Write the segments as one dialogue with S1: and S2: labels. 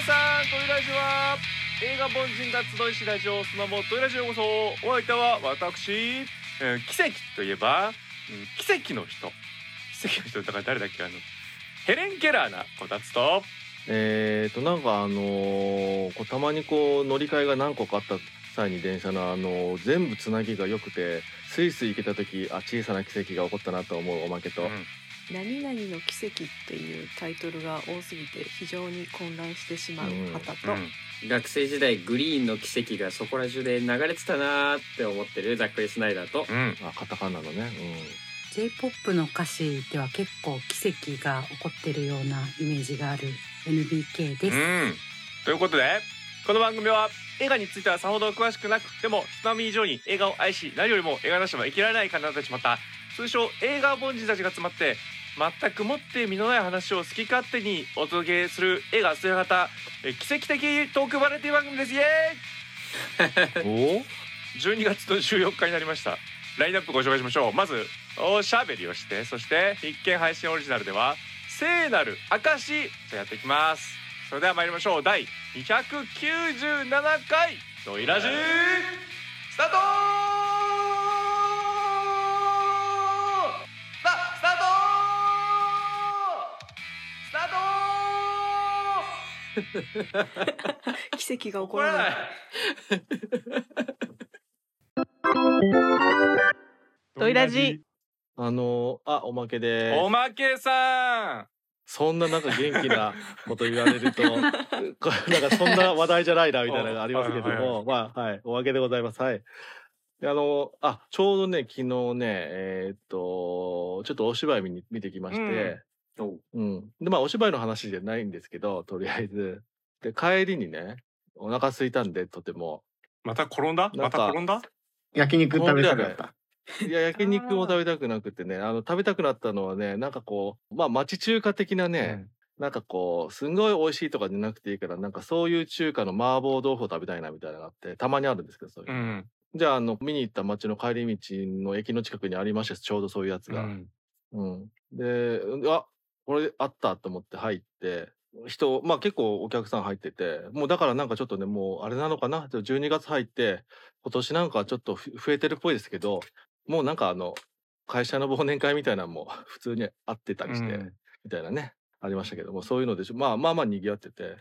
S1: さん、トイラジは映画凡人が集いしラジオ、スマホトイラジオようこそ。お相手は私、うん、奇跡といえば、うん、奇跡の人。奇跡の人だから誰だっけあの、ヘレン・ケラーなこたつと、
S2: えー、となんかあのーこうたまにこう乗り換えが何個かあった際に電車のあのー全部つなぎが良くてスイスイ行けた時あ小さな奇跡が起こったなと思うおま けと、
S3: 何々の奇跡っていうタイトルが多すぎて非常に混乱してしまう方と、
S4: 学生時代グリーンの奇跡がそこら中で流れてたなーって思ってるザックリ・スナイダーと
S1: うん、うん、
S2: あカタカナのね、
S5: J-POP の歌詞では結構奇跡が起こってるようなイメージがある NBK です。
S1: うん。ということで、この番組は映画についてはさほど詳しくなくても、津波以上に映画を愛し、何よりも映画なしでは生きられない方たちまた、通称映画凡人たちが集まって、全くもって身のない話を好き勝手にお届けする映画末方、え奇跡的トークバラエティ番組です。イエ
S2: うん、お
S1: ーイ !12 月の14日になりました。ラインナップご紹介しましょう。まず、おしゃべりをして、そして、一見配信オリジナルでは、聖なる証とやっていきますそれでは参りましょう第297回ドイラジースタートさスタートスタート
S3: 奇跡が起
S1: 怒
S3: こら
S1: ら
S3: な
S1: ないい
S3: ドイラジ
S2: あのーあおまけで
S1: おまけさん
S2: そんななんか元気 なこと言われるとこなんかそんな話題じゃないなみたいなのがありますけどもまあはいおまけでございますはい。であのあちょうどね昨日ねえーっとちょっとお芝居見に見てきまして、うんでまあお芝居の話じゃないんですけどとりあえずで帰りにねお腹空いたんでとても
S1: また転んだ
S2: また転
S1: んだ
S6: 焼肉食べたかった。
S2: いや焼肉も食べたくなくてねあの食べたくなったのはねなんかこうまあ町中華的なね、なんかこう、すんごい美味しいとかじゃなくていいから、なんかそういう中華の麻婆豆腐を食べたいなみたいなのがあって、たまにあるんですけど、そういう。
S1: ん
S2: じゃあ、あの、見に行った街の帰り道の駅の近くにありましたちょうどそういうやつが。うん。で、あ、これあったと思って入って、人、まあ結構お客さん入ってて、もうだからなんかちょっとね、もうあれなのかな、12月入って、今年なんかちょっとふ増えてるっぽいですけど、もうなんかあの、会社の忘年会みたいなのも 普通にあってたりして、
S1: うん
S2: みたいなね、ありましたけども、そういうのでしょ、まあまあまあ賑わってて、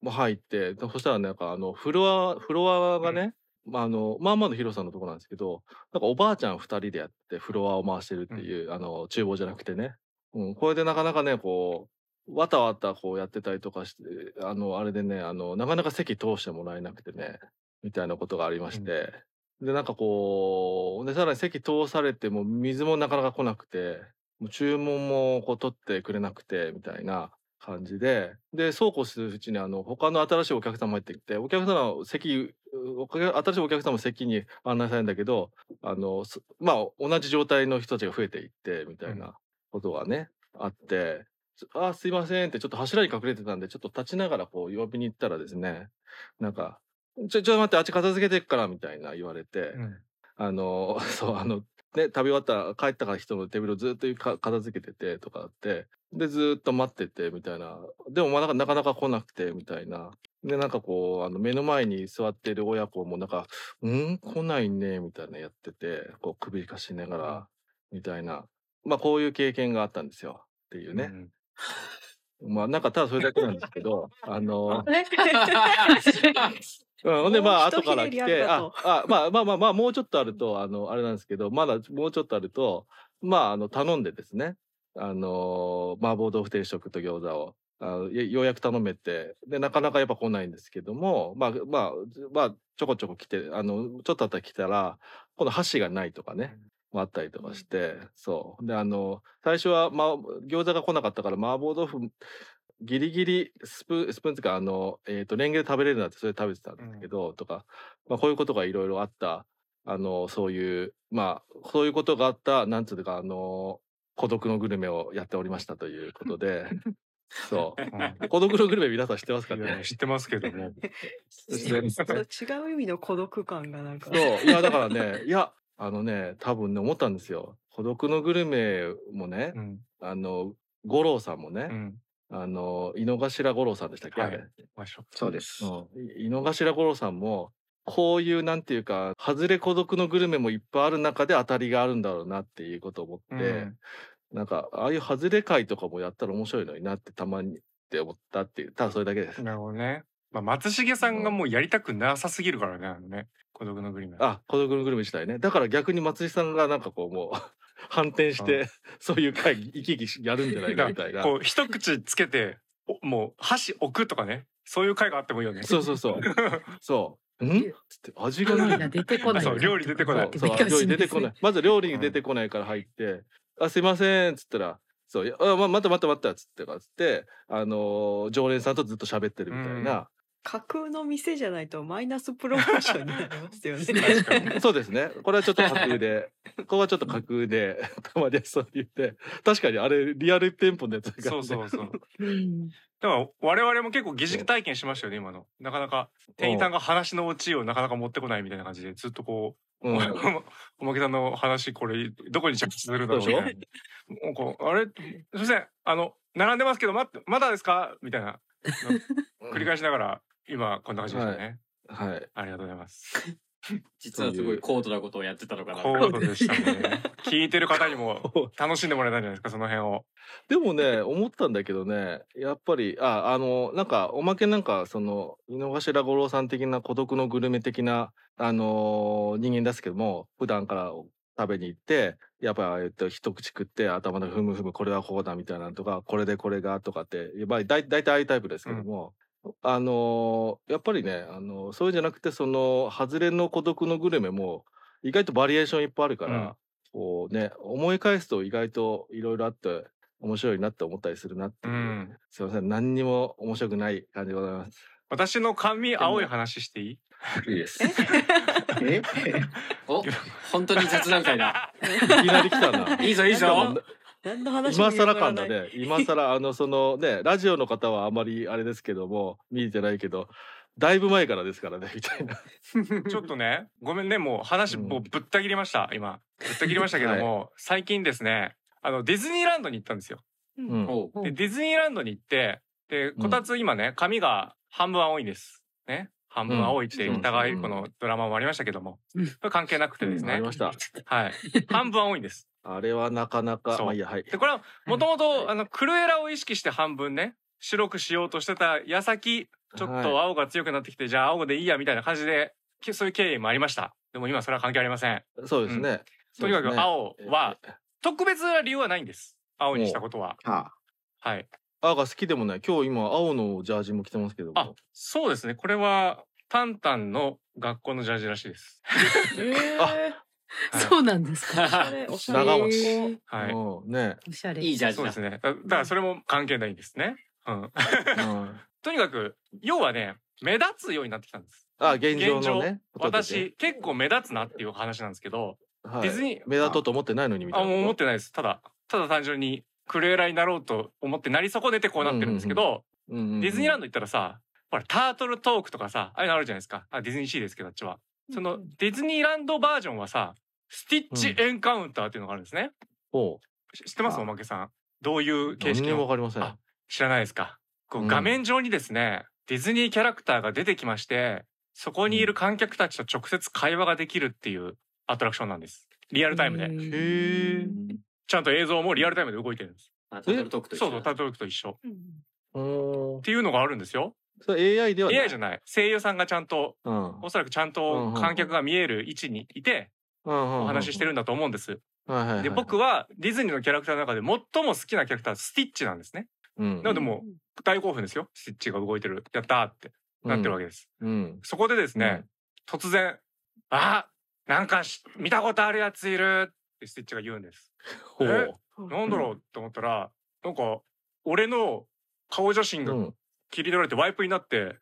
S2: もう入って、そしたらなんかあの、フロア、フロアがね、まああの、まあまあの広さのとこなんですけど、なんかおばあちゃん二人でやってフロアを回してるっていう、あの、厨房じゃなくてね。うん、これでなかなかね、こう、わたわたこうやってたりとかして、あの、あれでね、あの、なかなか席通してもらえなくてね、みたいなことがありまして。で、なんかこう、で、さらに席通されても水もなかなか来なくて、もう注文もこう取ってくれなくて、みたいな感じで、で、そうこうするうちに、あの、他の新しいお客さんも入ってきて、お客さんの席、おかげ新しいお客さんも席に案内されるんだけど、あの、そまあ、同じ状態の人たちが増えていって、みたいなことがね、あって、すあ、すいませんって、ちょっと柱に隠れてたんで、ちょっと立ちながらこう、呼びに行ったらですね、なんか、ちょ、ちょっと待って、あっち片付けてっから、みたいな言われて、あの、 そう、あの、ね、食べ終わった、帰ったから人のテーブルをずっとか片付けててとかあって、で、ずっと待ってて、みたいな。でも、まあなんか、なかなか来なくて、みたいな。で、なんかこう、あの、目の前に座ってる親子も、なんか、うん来ないね、みたいなやってて、こう、首かしながら、みたいな。まあ、こういう経験があったんですよ。っていうね。まあ、なんか、ただそれだけなんですけ ど、あの、うん、ほんで、まあ、
S3: もう
S2: 後
S3: 一ひ
S2: から
S3: ね
S2: 来
S3: りあ
S2: て、
S3: った
S2: あ
S3: と、
S2: あ、まあまあまあまあ、もうちょっとあると、あの、あれなんですけど、まだもうちょっとあると、まあ、あの、頼んでですね、あのー麻婆豆腐定食と餃子を、あのよようやく頼めて、で、なかなかやっぱ来ないんですけども、まあ、まあ、まあ、ちょこちょこ来て、あの、ちょっとあったら来たら、この箸がないとかね、もあったりとかして、そう。で、あの、最初は、まあ、餃子が来なかったから、麻婆豆腐、ギリギリ、スプーン、スプーンつか、あの、えっ、と、レンゲで食べれるなって、それ食べてたんですけど、とか、まあ、こういうことがいろいろあった、あの、そういう、まあ、そういうことがあった、なんつうか、あの、孤独のグルメをやっておりましたということで、そう。孤独のグルメ皆さん知ってます かね
S1: 知ってますけども
S3: 違う意味の孤独感がなんか
S2: そういやだからねいやあのね多分ね思ったんですよ「孤独のグルメ」もね、あの五郎さんもね、あの井の頭五郎さんでしたっけ、
S1: はい
S2: あれ
S1: マンション
S6: そうです。
S2: うん井の頭五郎さんもこういうなんていうか外れ孤独のグルメもいっぱいある中で当たりがあるんだろうなっていうことを思って、
S1: うん
S2: なんかああいう外れ会とかもやったら面白いのになってたまにって思ったっていうただそれだけです。
S1: なるほどね。まあ、松重さんがもうやりたくなさすぎるからね、あのね、孤独のグルメ。
S2: あ孤独のグルメ自体ねだから逆に松井さんがなんかこうもう反転して、そういう会議生き生きやるんじゃないかみたいな。
S1: こう一口つけて、おもう箸置くとかね、そういう回があってもいいよね。
S2: そうそう そう。そう。んつって味がない
S5: 料理が出てこない
S1: そう料理出てこない
S2: そうそう料理出てこない。まず料理出てこないから入って、あすいませんっつったら。そういやあま待って待って待ってっつってかっつってあのー常連さんとずっと喋ってるみたいな、
S3: 架空の店じゃないとマイナスプロモーションになりますよ
S1: 確かに
S3: ね。
S2: そうですねこれはちょっと架空 でここはちょっと架空でたまにはそう言って確かにあれリアル店舗のやつが、
S1: そうそうそう。
S5: うん
S1: でも我々も結構疑似体験しましたよね、今の。なかなか店員さんが話のオチをなかなか持ってこないみたいな感じで、ずっとこう、
S2: うん、
S1: おまけさんの話、これ、どこに着地するんだろうみたいな。
S2: そう
S1: もうこうあれ、すいません、あの、並んでますけど、ま、まだですかみたいな。繰り返しながら、今、こんな感じですよね。
S2: はい
S1: ありがとうございます。
S4: 実はすごい高度なことをやってたのかな。
S1: 高度でしたね。聞いてる方に も楽しんでもらえたんじゃないですか、その辺を。
S2: でもね思ったんだけどねやっぱりああのなんかおまけなんかその井の頭五郎さん的な孤独のグルメ的なあのー人間ですけども普段から食べに行ってやっぱ、えっと、一口食って頭のふむふむこれはこうだみたいなのとかこれでこれがとかってやっぱり大大体ああいうタイプですけども。あのーやっぱりね、あのーそういうんじゃなくてその外れの孤独のグルメも意外とバリエーションいっぱいあるか
S1: う
S2: ら、
S1: ん
S2: こうね思い返すと意外といろいろあって面白いなって思ったりするなって
S1: う
S2: いう、
S1: ん。
S2: すいません何にも面白くない感じでござい ます
S1: 私の髪青い話していい
S2: い いです
S6: え
S4: お本当に雑談会だ。
S2: いきなり来た な
S4: いいぞいい
S2: しかも
S4: ぞ。
S3: 何の話も
S2: 今
S3: 広
S2: 更
S3: がら
S2: 感
S3: な
S2: だ
S3: い。
S2: ね今更あのそのねラジオの方はあまりあれですけども見てないけどだいぶ前からですからねみた いな
S1: ちょっとね、ごめんね、もう話
S2: うん
S1: もうぶった切りました、今。ぶった切りましたけども、最近ですね、あの、ディズニーランドに行ったんですよ。
S2: うん
S4: おう
S5: う
S1: で、
S5: ん
S1: ディズニーランドに行って、で、こたつ今ね、髪が半分青いんです。ね。半分青いって
S2: うん
S1: 板川由子のドラマもありましたけども、
S5: うん
S1: これ関係なくてです
S2: あ
S1: ね
S2: り。ました
S1: はい。 半分青いんです。
S2: あれはなかなか
S1: そう
S2: まあいいやはい
S1: で、これはもともと、あの、クルエラを意識して半分ね、白くしようとしてた矢先、ちょっと青が強くなってきて、じゃあ青でいいやみたいな感じで、けそういう経緯もありました。でも今それは関係ありません。
S2: そうですね、
S1: とにかく青は、特別な理由はないんです。青にしたことは。
S6: は
S1: はい。
S2: 青が好きでもない今日今青のジャージも着てますけども
S1: あ、そうですね。これは、タンタンの学校のジャージらしい です。
S3: え
S1: はい
S5: そうなんですか。
S3: ーおしゃれおしゃれ
S2: 長
S5: へ
S2: 松
S5: ー
S1: はい。
S2: う んね、
S5: おしゃれ。
S4: いいジャージ
S1: そう
S4: だ
S1: です。ね。だだからそれも関係ないんですね。うん。
S2: うん、
S1: とにかく、要はね、目立つようになってきたんです。
S2: あ現状のねことでね
S1: 私、結構目立つなっていう話なんですけど、
S2: はい
S1: ディズニー
S2: 目立とうと思ってないのにみた
S1: あ、
S2: いな
S1: もう思ってないです。ただ、ただ単純に、クレーラーになろうと思ってなり損ねてこうなってるんですけど、
S2: うんうんうん
S1: ディズニーランド行ったらさ、ほら、タートルトークとかさ、ああいうのあるじゃないですか。あ、ディズニーシーですけど、あっちは。その、ディズニーランドバージョンはさ、スティッチエンカウンターっていうのがあるんですね。
S2: ほ
S1: し知ってます
S6: あ
S1: おまけさん。どういう
S2: う
S1: 形
S2: 形
S1: 式
S2: 式わ
S1: の
S2: かりません
S1: あ知らないですか。こ
S2: う
S1: うん画面上にですね、ディズニーキャラクターが出てきまして、そこにいる観客たちと直接会話ができるっていうアトラクションなんです。リアルタイム
S5: へ
S1: で。
S5: ー
S2: へ
S1: ちゃんと映像もリアルタイムで動いてるんです。
S4: あタイトルトークと一
S1: そ
S4: 緒
S1: うそう、タートルトークと一緒。っ
S3: うん
S2: うん
S1: ていうのがあるんですよ。
S2: それ AI では
S1: AI じゃ
S2: ゃ
S1: ない。声優さんがちゃんと
S2: うん
S1: おそらくちゃん
S2: うんう
S1: と
S2: ん
S1: 観客が見える位置にいて
S2: お
S1: お話しして
S2: る
S1: るんだと思うんです。
S2: はいはいはい
S1: で僕はディズニーのキャラクターの中で最も好きなキャラクターはスティッチなんですね。
S2: うん
S1: なのでもう大興奮ですよ。スティッチが動いてる。やったーってなってるわけです。
S2: うん
S1: そこでですね、突然、あなんかし見たことあるやついるってスティッチが言うんです。
S2: ほ
S1: え
S2: う
S1: なんだろうって思ったら、なんか俺の顔写真
S2: う
S1: が
S2: ん
S1: 切り取られてワイプになって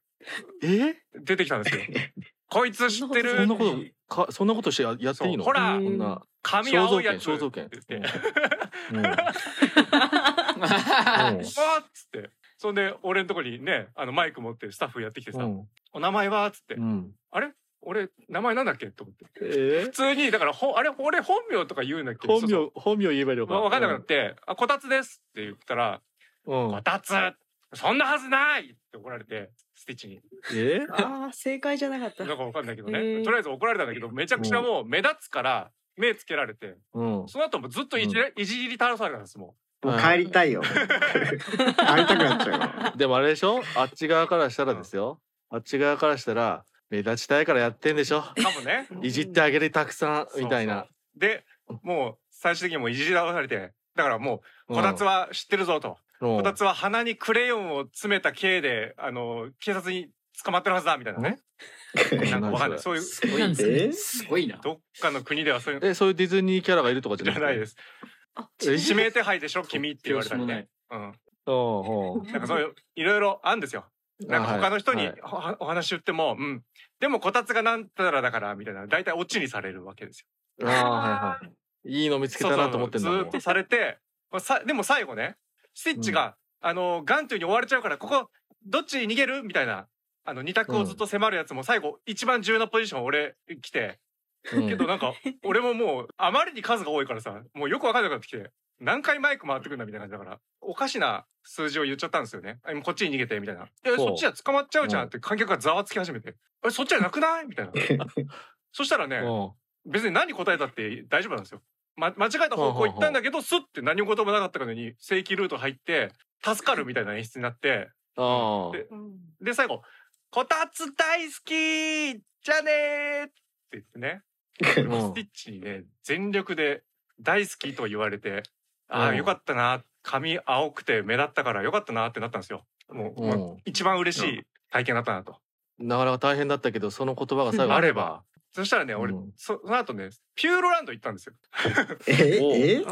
S2: え
S1: 出てきたんです よ。こいつ知って
S2: そ
S1: る
S2: んなことかそんなことしてややっていいの
S1: そうほら
S2: こんな
S1: 髪
S2: 肖
S1: 青
S2: 像
S1: いや
S2: 権
S1: つ
S2: 肖像権
S1: って言って
S2: うんうん
S1: わーっつってそんで俺のとこにねあのマイク持ってスタッフやってきてさ「
S2: うん
S1: お名前は?」っつって「
S2: うん
S1: 俺名前なんだっけ?」と思って
S2: え
S1: 普
S2: ー
S1: 通にだからほあれ俺本名とか言うんだっけ
S2: 本
S1: そうそう
S2: 名本名言えばいいのか
S1: わわかんなくなって「あこたつです」って言ったら「
S2: うん
S1: こたつ」ってそんなはずないって怒られて、スティッチに。
S2: え
S3: ああ、正解じゃなかった。
S1: なんかわかんないけど
S3: へ
S1: ね。
S3: ー
S1: とりあえず怒られたんだけど、めちゃくちゃもう目立つから、目つけられて、
S2: うん。
S1: その後もずっといじれ、いじり倒されたんです、も
S6: もう帰りたいよ。会いたくなっちゃうよ。
S2: でもあれでしょあっち側からしたらですよ。あっち側からしたら、目立ちたいからやってんでしょ
S1: う。かもね。
S2: いじってあげるたくさ ん、みたいな。
S1: で、もう最終的にもういじり倒されて、だからもう、
S2: うん
S1: こたつは知ってるぞと。
S2: も
S1: こ
S2: う
S1: たつは鼻にクレヨンを詰めた刑で、あの、警察に捕まってるはずだ、みたいなね。なんかわ かんない。そういう、
S4: すごい
S6: えー
S4: すごいな。
S1: どっかの国ではそういうの
S2: え、そういうディズニーキャラがいるとかじ
S1: じ
S2: ゃ。
S1: ゃないですす。
S3: あ
S2: え
S1: 指名手配でしょ、君って言われたり
S4: 表紙もない
S1: ね。うん。
S2: うんうん
S1: なんかそういう、いろいろあるんですよ。 なんか他の人におはお話言っても、うん。でもこたつがなんたらだから、みたいな、大体オチにされるわけですよ。
S2: ああ、はいはい。いいの見つけたなと思ってんだ
S1: そう
S2: も
S1: そうずーっとされて、まあさでも最後ね、スイッチが、あの、ガントゥに追われちゃうから、ここ、どっちに逃げるみたいな、あの、二択をずっと迫るやつも、最後、一番重要なポジション俺来て、
S2: ん。
S1: けどなんか、俺ももう、あまりに数が多いからさ、もうよくわかんなくなってきて、何回マイク回ってくんだみたいな感じだから、おかしな数字を言っちゃったんですよね。あ今こっちに逃げて、みたいな。で、
S2: ほう
S1: そっちは捕まっちゃうじゃんって観客がざわつき始めて、あれ、そっちはなくないみたい な。そしたらね、別に何答えたって大丈夫なんですよ。ま、間違えた方向行ったんだけど、スッて何事もなかったかのように、正規ルート入って、助かるみたいな演出になって、
S2: ああ。
S1: で
S3: うん
S1: で、最後、こたつ大好きじゃねーって言ってね、俺もスティッチにね、全力で大好きと言われて、あ
S2: う
S1: あ、
S2: ん
S1: よかったな、髪青くて目立ったからよかったなってなったんですよ。もう、
S2: う。
S1: もうん一番嬉しい体験だったなと。
S2: なかなか大変だったけど、その言葉が最後
S1: あれば。そしたらね、俺、
S2: うん
S1: そその後ね、ピューロランド行ったんですよ。
S6: え
S2: おう
S6: え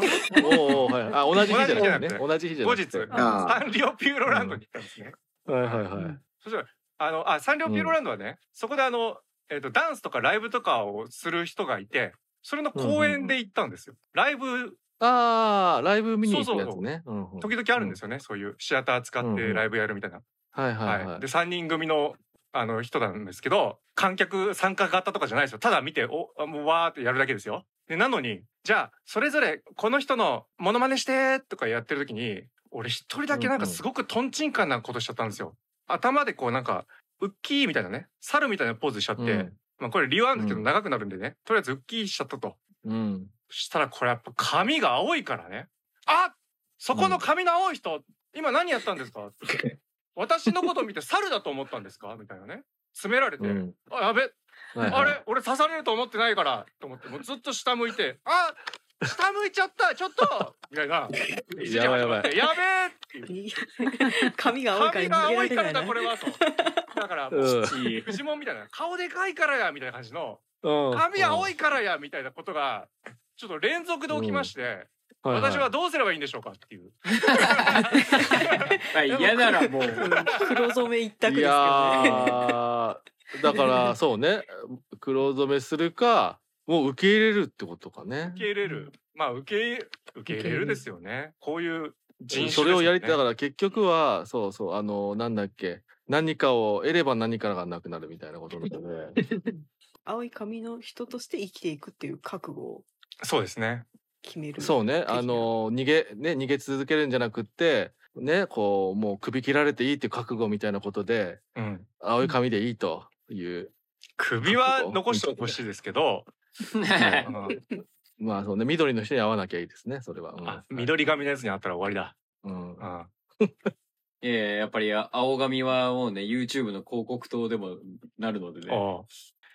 S2: おうおうはいはい。あ、同じ日じゃなくてね。同じ日じゃな
S1: 後
S2: く
S1: 日、
S2: て。
S6: あー
S1: サンリオピューロランドに行ったんですね。
S2: はいはいはい。
S1: そしたらあのあサンリオピューロランドはね、そこであの、えー、とダンスとかライブとかをする人がいてそれの公演で行ったんですよ、ライブ
S2: ああ、ライブ見に行くやつね。うんうん
S1: 時々あるんですよね、そういうシアター使っ
S2: うんう
S1: て
S2: ん
S1: ライブやるみたいな、
S2: はいはい
S1: は、
S2: はいい
S1: で。3人組のあの人なんですけど観客参加型とかじゃないですよただ見ておあもうわーってやるだけですよでなのにじゃあそれぞれこの人のモノマネしてとかやってる時に俺一人だけなんかすごくトンチンカンなことしちゃったんですよ頭でこうなんかウッキーみたいなね猿みたいなポーズしちゃって、
S2: うん
S1: まあ、これ理由あるんですけど
S2: うん
S1: 長くなるんでね、とりあえずウッキーしちゃったと
S2: うん。
S1: したらこれやっぱ髪が青いからねあそこの髪の青い人、今何やったんですか 私のこと見て猿だと思ったんですかみたいなね詰められて、
S2: うん。
S1: あやべ、
S2: はい
S1: あ
S2: はい
S1: れ俺刺されると思ってないからと思ってもうずっと下向いてあ下向いちゃったちょっとみたいな
S2: やばいやば
S1: いじり始ま
S2: い
S1: ってやべえっていう
S3: いい 髪が青いから
S1: 髪が
S3: 逃
S1: 青
S3: げら
S1: い
S3: れ
S1: から
S3: ない
S1: だ
S3: な
S1: これはとだからもう
S2: うん
S4: ち
S1: フジモンみたいな顔でかいからやみたいな感じの
S2: うん
S1: 髪青いからやみたいなことがちょっと連続で起きまして、
S2: いい
S1: 私はどうすればいいんでしょうかっていう
S4: あ嫌ならもう。
S3: 黒染め一択です
S2: い
S3: けどね。
S2: やー だからそうね黒染めするかもう受け入れるってことかね
S1: 受け入れるまあ受け受け入れるですよねこういう人種です
S2: そ
S1: よね
S2: れをやりだから結局はそうそうあのなんだっけ何かを得れば何かがなくなるみたいなことなので
S3: 青い髪の人として生きていくっていう覚悟を
S1: そうですね
S3: 決め る。
S2: そうねあの逃げね逃げ続けるんじゃなくってねこうもう首切られていいっていう覚悟みたいなことで
S1: うん
S2: 青い髪でいいという、
S1: 首は残してほしいですけど、うん
S2: まあそうね緑の人に合わなきゃいいですねそれは、うん
S1: あ緑髪のやつにあったら終わりだ、
S2: うん
S1: う、ん、
S4: いやいや、やっぱりあ青髪はもうね、YouTube の広告塔でもなるのでね。
S1: お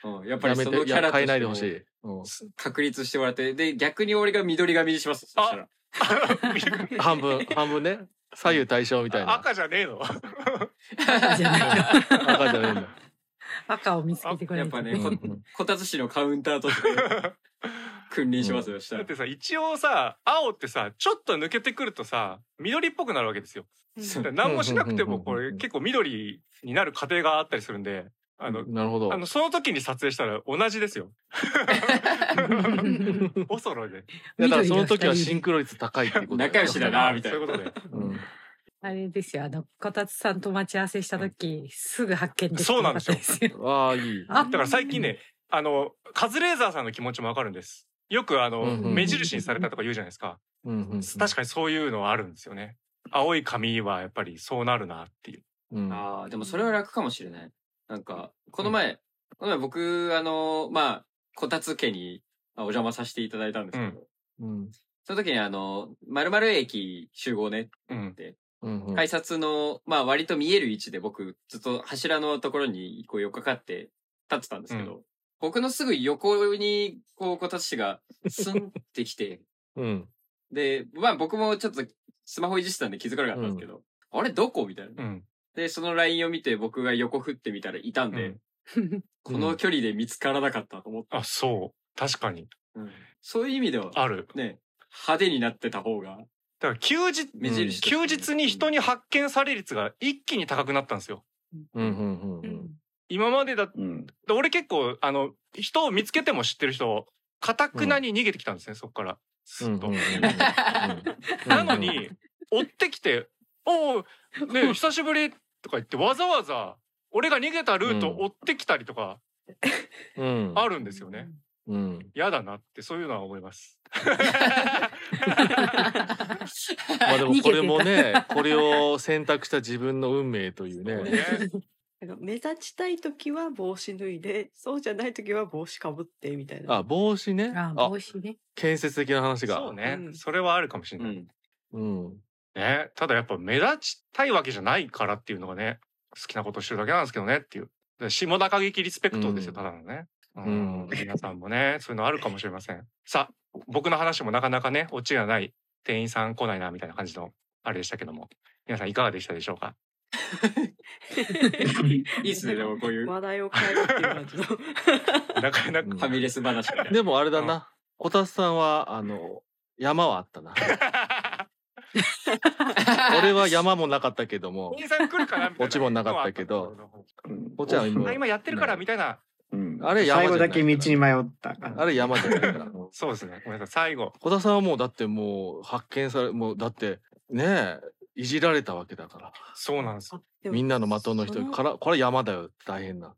S1: う
S4: うん、やっぱ
S2: や
S4: り
S2: め
S4: その
S2: てい
S4: キャラ
S2: や
S4: と
S2: 変え
S4: し
S2: ない
S4: て
S2: でほし
S4: も
S2: い、うん
S4: 確立してもらって、で、逆に俺が緑髪にします。そしたら。
S2: 半分半分ね左右対称みたいな
S1: 赤じゃねえの
S5: 赤じゃない
S2: 赤じゃねえんだ
S5: 赤を見つけてくれると
S4: やっぱね
S2: うん
S4: こたつ市のカウンターとして 君臨しますよ、した
S1: だっ
S4: ら。
S1: てさ一応さ青ってさちょっと抜けてくるとさ緑っぽくなるわけですよ。
S3: うん
S1: だから何もしなくて
S2: う
S1: も
S2: ん
S1: これ結構緑になる過程があったりするんであの,、
S2: なるほど
S1: あのその時に撮影したら同じ ですよ。おそろいで。
S2: だからその時は
S5: 緑が二人
S2: シンクロ率高いっていうこと
S4: 仲良しだなみたいな
S1: そういうことで。
S2: うん
S5: あれですよ、あの、こたつさんと待ち合わせした時、すぐ発見でき
S1: そうなんですよ
S5: すよ。
S2: ああいい
S5: あ
S1: だから最近ねあのカズレーザーさんの気持ちもわかるんです。よくあの、
S2: うんうん
S1: 目印にされたとか言うじゃないですか。
S2: うんうん
S1: 確かにそういうのはあるんですよね。青い髪はやっぱりそうなるなっていう。
S2: うん
S4: ああ、でもそれは楽かもしれない。なんか、この前、この前僕、あの、まあ、こたつ家にあお邪魔させていただいたんですけど、
S2: うん
S4: その時にあの、〇〇駅集合ね
S1: うん。
S2: うんうん
S4: 改札の、まあ割と見える位置で僕、ずっと柱のところにこう横かかって立ってたんですけど、僕のすぐ横に、こう、こたつ 氏がスンってきて、
S2: うん
S4: で、まあ僕もちょっとスマホいじってたんで気づかなかったんですけど、あれどこみたいな。
S1: うん。
S4: で、その LINE を見て僕が横振ってみたらいたんで、
S1: うん
S4: この距離で見つからなかったと思って、
S1: あ、そう。確かに。
S4: そういう意味では、
S1: ある。
S4: ね、派手になってた方が、
S1: だから休日、
S4: 目印として
S1: 休日に人に発見される率が一気に高くなったんですよ。
S2: うんうんうんう
S3: うんん
S1: 今までだ
S6: うん。
S1: で俺結構あの人を見つけても知ってる人かたくなに逃げてきたんですね、そこからすっと、
S2: うんうんうんうん
S1: なのに追ってきて「おお ねえ久しぶり」とか言ってわざわざ俺が逃げたルートを追ってきたりとか
S2: うん
S1: あるんですよね。
S2: うん
S1: 嫌だなってそういうのは思い ます。
S2: まあでもこれもねこれを選択した自分の運命とい
S1: そ
S2: う
S1: う
S2: ね
S1: ね
S3: なんか目立ちたい時は帽子脱いでそうじゃない時は帽子かぶってみたいな
S2: あ帽子ね
S5: あ
S2: あ
S5: 帽子ね。
S2: 建設的な話が
S1: そうね、
S3: うん
S1: それはあるかもしれ
S4: う
S1: ない、
S4: ん。
S2: うん
S1: ね。ただやっぱ目立ちたいわけじゃないからっていうのがね好きなことしてるだけなんですけどねっていうで下高劇リスペクトですよ、
S2: うん
S1: ただのね、うん
S2: うん
S1: 皆さんもねそういうのあるかもしれません。さあ僕の話もなかなかねオチがない店員さん来ないなみたいな感じのあれでしたけども皆さんいかがでしたでしょう か
S4: いいっすね、でもこういうフ
S3: 話題を変えるっていう感 じの
S1: なかなか、
S2: うん
S4: ァミレス話みたいな。
S2: でもあれだなこたつさんはあ の山はあったな俺は山もなかったけども
S1: 店員さん来るかなみたいな
S2: オチもなかったけど
S6: うん
S2: こっちは今
S1: あ今やってるからみたいな
S6: うん
S2: あれ山じ
S6: 最
S2: ゃな
S6: 後
S2: い
S6: だけ道に迷ったから。
S2: あれ山じゃないから
S1: そうですねごめんなさい最後
S2: 小田さんはもうだってもう発見されもうだってねえいじられたわけだから
S1: そうなんですよ
S3: でも
S2: みんなの的の人からこれ山だよ大変な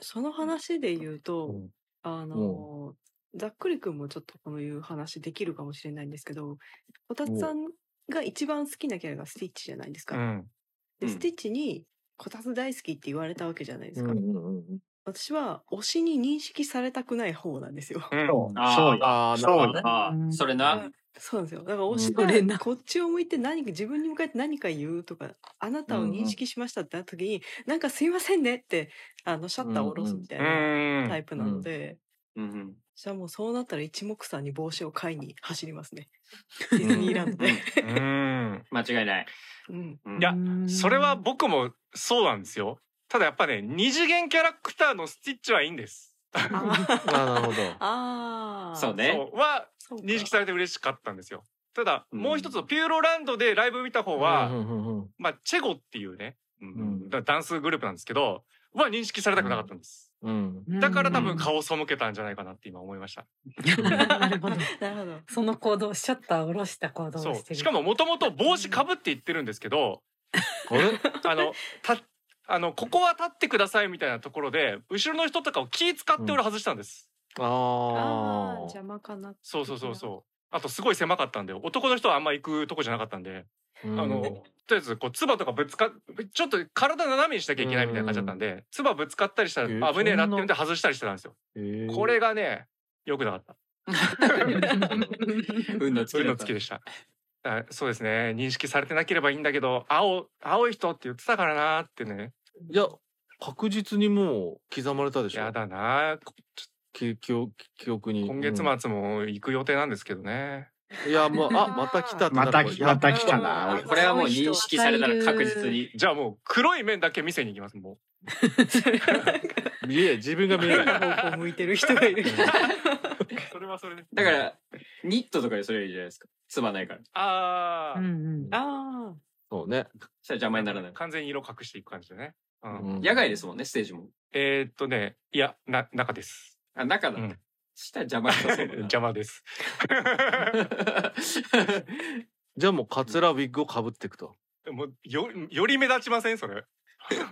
S3: その話で言うと、
S2: うん
S3: あのーざっくりくんもちょっとこういう話できるかもしれないんですけどこたつさんが一番好きなキャラがスティッチじゃないですか、
S1: うん
S3: で
S4: うん
S3: スティッチにこたつ大好きって言われたわけじゃないですか、
S2: うん
S3: 私は推しに認識されたくない方なんですよ
S1: うん
S6: そう
S4: あー
S6: そうよ。
S2: ああ
S6: そうよ
S4: ああ、それな。
S3: そうなんですよだから
S5: うんそれ
S3: 推し
S5: な
S3: がこっちを向いて何か自分に向かって何か言うとかあなたを認識しましたってなった時に、なんかすいませんねってあのシャッターを下ろすみたいうなんタイプなので。
S4: うん
S3: じゃあもうそうなったら一目散に帽子を買いに走りますね。ディ ズニーランドで。
S1: うん
S4: 間違いない。
S3: うん。
S4: うん
S1: いやそれは僕もそうなんですよ。ただやっぱね、二次元キャラクターのスティッチはいいんです。
S3: あ
S2: あなるほど
S3: あー。
S4: そうね
S1: そうは
S3: そうか。
S1: 認識されて嬉しかったんですよ。ただ、
S4: うん
S1: もう一つのピューロランドでライブ見た方は、
S2: うんうんうん
S1: まあ、チェゴっていうね、
S2: ん
S1: だダンスグループなんですけど、は認識されたくなかったんです。
S2: うん
S5: うん
S1: だから多分顔を背けたんじゃないかなって今思いました。
S5: なるほど。
S3: なるほど。
S5: その行動、シャッターを下ろした行動を
S1: そ
S5: して
S1: う。
S5: る。
S1: しかももともと帽子かぶって言ってるんですけど、
S2: あれ
S1: あの、た、あの、ここは立ってくださいみたいなところで、後ろの人とかを気使って俺外したんです。
S3: ああー、
S2: あ
S3: 邪魔かな。
S1: そうそうそうそう。あとすごい狭かったんで男の人はあんま行くとこじゃなかったんで、あ
S2: あ
S1: のとりあえずこう唾とかぶつかちょっと体斜めにしなきゃいけないみたいな感じだったんで、唾ぶつかったりしたら
S2: えー
S1: 危ねえなっていうんで外したりしてたんですよ。これがね良くなかった。
S4: 運のつき
S1: 運
S4: だ
S1: の
S4: っ
S1: つ
S4: た
S1: きでした。あそうですね認識されてなければいいんだけど青青い人って言ってたからなーってね
S2: いや確実にもう刻まれたでしょ
S1: やだなーこ
S2: き記憶記憶に
S1: 今月末も行く予定なんですけどね、
S2: うんいやもうあまた来たってな
S6: ま
S2: る
S6: た き、また来たな。
S4: これはもう認識されたら確実に。
S1: じゃあもう黒い面だけ見せに行きますも
S2: いや自分が見え
S3: 変
S2: な
S3: ない方向向いてる人がいる。
S1: うそれはそれで
S4: だから、ニットとかでそれはいいじゃないですか。つばないから。
S1: ああ、
S5: うんうん。
S3: あ
S2: そうね
S4: そしたら邪魔にならない。
S1: 完全に色隠していく感じでね、うん
S2: うん
S4: 野外ですもんね、ステージも。
S1: えー、っとねいやな中です
S4: あ、中だ。
S1: うん
S4: そしたら邪魔にならそう
S1: 邪魔です
S2: じゃあもうカツラウィッグをかぶっていくと
S1: もうよより目立ちませんそれ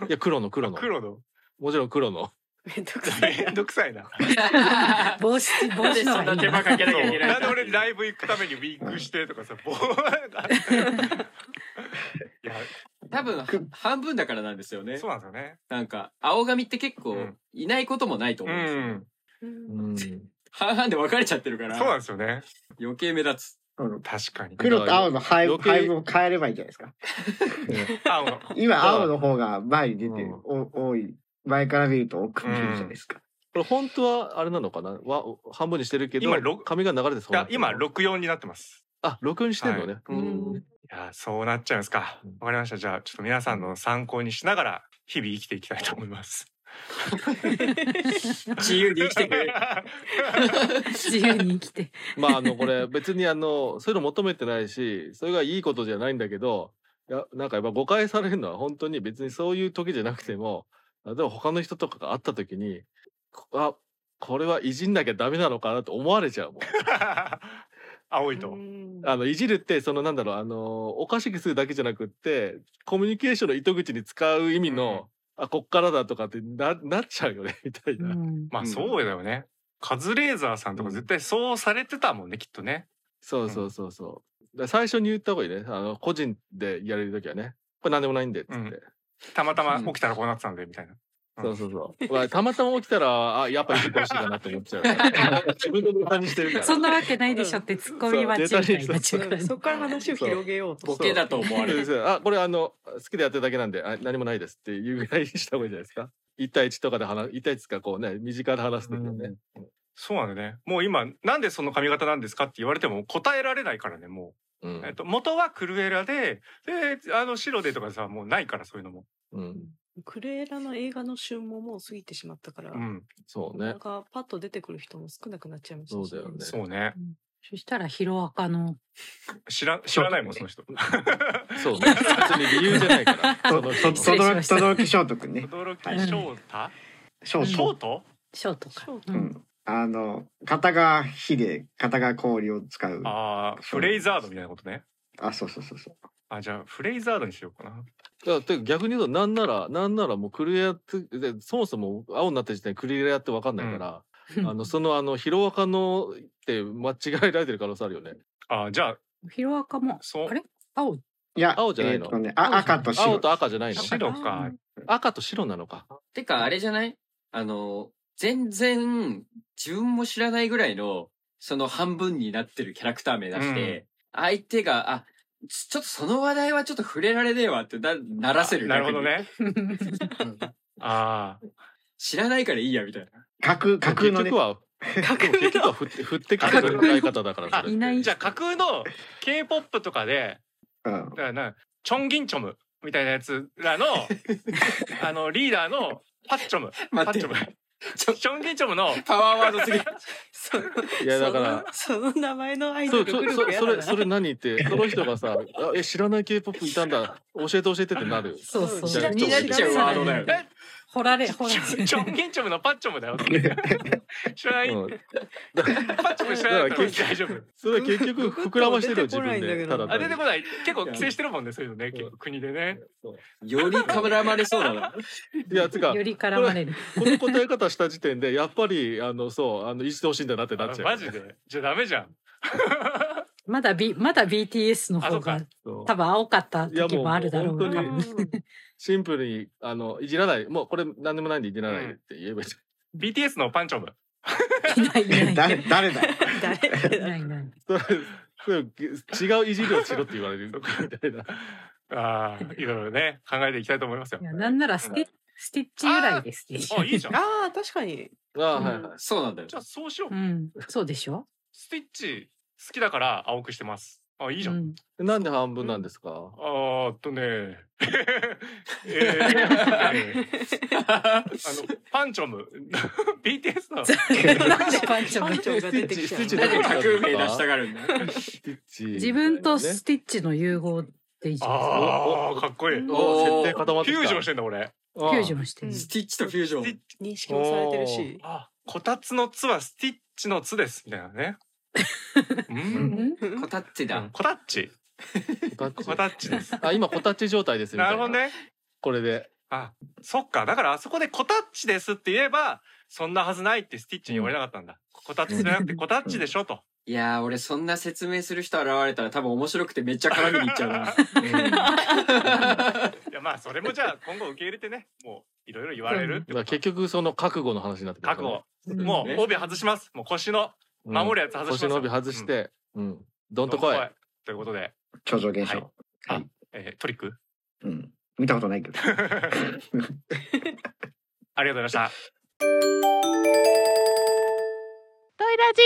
S2: いや黒の黒の
S1: 黒の
S2: もちろん黒の
S3: あ。めんどくさい。
S1: めんどくさいな
S4: な。
S5: 帽子、帽子の方がいい
S4: 手間
S5: な。
S4: かけなきゃいけない
S1: なんで俺ライブ行くためにウィッグしてとかさ、棒が
S4: 多分は半分だからなんですよね
S1: そうなんですよね。
S4: なんか青髪って結構
S1: うん
S4: いないこともないと
S1: う
S4: 思うんですよ、
S1: ん。
S3: うん
S2: うん
S4: 半々で分かれちゃってるから
S1: そうなんですよね。
S4: 余計目立つ
S6: あの
S1: 確かに。
S6: 黒と青の配分
S2: 余計
S6: 配分を変えればいいんじゃない ですか。
S1: 青の。
S6: 今青の方が前に出てる、
S1: うん
S6: お多い。前から見ると奥にいるじゃないですか。
S2: これ本当はあれなのかなわ半分にしてるけど
S1: 今ろ
S2: 髪が流れてそ
S1: い
S2: うな
S1: や今六四になってます。
S2: あ録音してんのね、
S3: はい
S2: うん
S3: うん
S1: いやそうなっちゃいますか
S2: うん。
S1: わかりました。じゃあちょっと皆さんの参考にしながら日々生きていきたいと思います。
S4: 自由に生きてく れ
S5: 自由に生きて。
S2: まああのこれ別にあのそういうの求めてないしそれがいいことじゃないんだけどいやなんかやっぱ誤解されるのは本当に別にそういう時じゃなくても例えば他の人とかが会った時にこあこれはいじんなきゃダメなのかなと思われちゃうもん。
S1: 青いと。
S3: うん
S2: あのいじるってそのなんだろうあのおかしくするだけじゃなくってコミュニケーションの糸口に使う意味の、あこっからだとかってななっちゃうよね みたいな。
S5: うん
S1: まあ
S2: うん
S1: そうだよね。カズレーザーさんとか絶対そうされてたもんね、きっとね。
S2: そうそうそうそう。だから最初に言った方がいいね。あの個人でやれる時はね。これ何でもないんでっつって。
S1: うんたまたま起きたらこうなってたんで、みたいな。
S2: そうそうそう。まあ、たまたま起きたら、あ、やっぱ行ってほしいかなと思っちゃうから。自分のネタにしてるから。
S5: そんなわけないでしょって突っ込み待ちみたいになっちゃうからね。
S3: そこから話を広げようと
S4: ボケだと思われ
S2: そうで
S4: る
S2: すあ、これあの、好きでやってるだけなんで、あ何もないですっていうぐらいにした方がいいんじゃないですか。一対一とかで話、一対一かこうね、身近で話すときはね。
S1: そうなんだよね。もう今、なんでその髪型なんですかって言われても答えられないからね、も
S2: う
S1: う。えっ
S2: ん。
S1: と、元はクルエラで、で、あの、白でとかさ、もうないから、そういうのも。
S2: うん。
S3: クレーラの映画の旬ももう過ぎてしまったから、
S1: うん。
S2: そう
S3: な
S2: ね
S3: ん。かパッと出てくる人も少なくなっちゃいましたし
S2: そうだよね
S1: そうね。
S5: そしたらヒロアカの
S1: 知ら、知らないもん、その人。
S2: そうね。別に理由じゃないから。 その人
S6: と
S2: の
S5: そ失礼しま
S6: 轟
S5: した
S6: 轟翔斗くんね。
S1: 驚
S6: は
S1: き
S6: い
S1: 翔太
S6: 翔
S1: シ
S6: 太。
S1: ョート
S5: ショートか。
S3: ショート
S5: うん
S6: あの、片が火で、片が氷を使う。あ
S1: ああ、フレイザードみたいなことね。
S6: そうそうそうそう。
S1: あ、じゃあ、フレイザードにしようかな。
S2: だからて逆に言うとなんならなんならもうクリアってでそもそも青になった時点でクリアって分かんないから、あのそのあのヒロアカのって間違えられてる可能性あるよね。
S1: あーじゃあ、
S5: ヒロアカも
S1: そう
S5: あれ青
S6: いや、
S2: 青じゃないの
S6: えーとね、あ赤と
S2: 青
S6: 白。
S2: と赤じゃないの
S1: 白か。
S2: 赤と白なのか。
S4: てかあれじゃないあの全然自分も知らないぐらいのその半分になってるキャラクター名出して、相手があちちょっとその話題はちょっと触れられねえわってなならせる
S1: なるほど
S4: 逆に
S1: ね。ああ。
S4: 知らないからいいやみたいな
S6: 架空、架空
S2: 結
S6: のね
S2: 局。は結局は振って振ってきてる使い方だからそれって
S5: いない
S1: じゃあ、架空の K-POP とかで、
S6: うん
S1: だ。からな、チョンギンチョムみたいなやつらの、あの、リーダーのパッチョム。パ
S4: 待
S1: ッ
S4: っ
S1: チョム
S4: て。
S1: チョチョンギンチョムの、
S4: パワーワードすぎ
S3: そう
S2: いやだから。
S3: そのその名前のアイド
S2: そ
S3: ル
S2: うそ
S3: グ
S2: うそう
S3: ループや
S2: そ
S3: だ
S2: れ
S3: な
S2: それ何ってその人がさ「あえ知らない k p o p いたんだ教えて教えて」ってなる
S5: そうそう。
S2: じゃあ
S4: 気になっちゃうワードだよね。
S5: 掘られ、掘ら
S1: チョンチョンギンチョムのパッチョムだよ。知らない、
S2: うん、だから
S1: パッチョム知らないから大丈夫。
S2: それは結局膨らましてるよ自分
S3: 出て
S2: で
S3: こ
S2: た
S3: な
S2: だ
S3: いん
S1: あ、出
S2: 単に
S3: だけど
S1: てこない。結構規制してるもんね、そういうのね。結構国でね。
S4: よりかぶらまれそうだな。
S2: いやつうか
S5: より絡まれる。
S2: この答え方した時点でやっぱりあのそうあのいじってほしいんだなってなっちゃう、
S1: マジで。じゃあダメじゃん。
S5: まだ B、まだ BTS の
S1: あそ
S5: 方
S1: うか
S5: が
S2: そう
S5: 多分青かった
S2: いや
S5: 時
S2: もう
S5: もあるだろう
S2: 本当
S5: が
S2: に。シンプルにあのいじらないもうこれ何でもないんでいじらないって言えばいい、
S1: BTS のパンチョム。
S5: いないいない。いな
S6: 誰、誰 だよ。
S3: 誰
S5: いいない。
S2: それそれ違ういじりをしろって言われるみたいな
S1: ああ、いろいろね、考えていきたいと思いますよ
S5: い。やなんならステ,、ステッチぐらいですね。
S1: あ、いいじゃん。
S3: ああ確かに
S2: あー、
S3: うん
S2: はい
S4: そうなんだよ
S1: じ。ゃあそうしよう
S5: う。ん、そうでしょ
S1: スティッチ好きだから青くしてます。あ、いいじゃん。
S5: うん、
S2: なんで半分なんですか、
S1: あーっと ね、えーあ のパンチョム BTS の
S5: なんでパンチョ
S3: 番
S5: ム
S3: 長が出てきちゃう
S2: スティッチ
S4: なんで架空名出したがるんだ。
S2: スティッチ
S5: 自分と
S2: ね
S5: スティッチの融合でいいじゃないですか。
S1: あーかっこいいフ
S2: お
S4: おー
S2: 設定固まってき
S1: ュ
S2: た
S1: ージョンしてんだ俺
S2: あー
S5: フュージョンしてる
S3: うん
S4: スティッチとフュージョン。
S3: 認識もされてるし
S1: おーあこたつの「つ」はスティッチの「つ」ですみたいな ねう
S5: うん
S1: ん
S4: こたってだ。
S1: こたっち
S2: こ
S1: こた
S2: たっ
S1: っちです
S2: ちあ今こたっち状態ですみたい
S1: なるほ
S2: な
S1: どね
S2: これで
S1: あそっかだからあそこで「こたっちです」って言えばそんなはずないってスティッチに言われなかったんだ、こたつじゃなくてこたっちでしょと
S4: いやー、俺そんな説明する人現れたら多分面白くてめっちゃ絡みに行っちゃうな。
S1: まあそれもじゃあ今後受け入れてねもういろいろ言われるって
S2: だから結局その覚悟の話になってくるか
S1: 覚
S2: らね、
S1: 悟も
S4: ね
S1: う帯外しますもう腰の
S2: うん
S1: 守るやつ外します
S2: 腰の帯外して、うんどんとこい
S1: ということで、
S6: 超常現象、
S1: はい
S6: はい
S1: えートリック
S6: うん、見たことないけど
S1: ありがとうございました
S7: トイラジ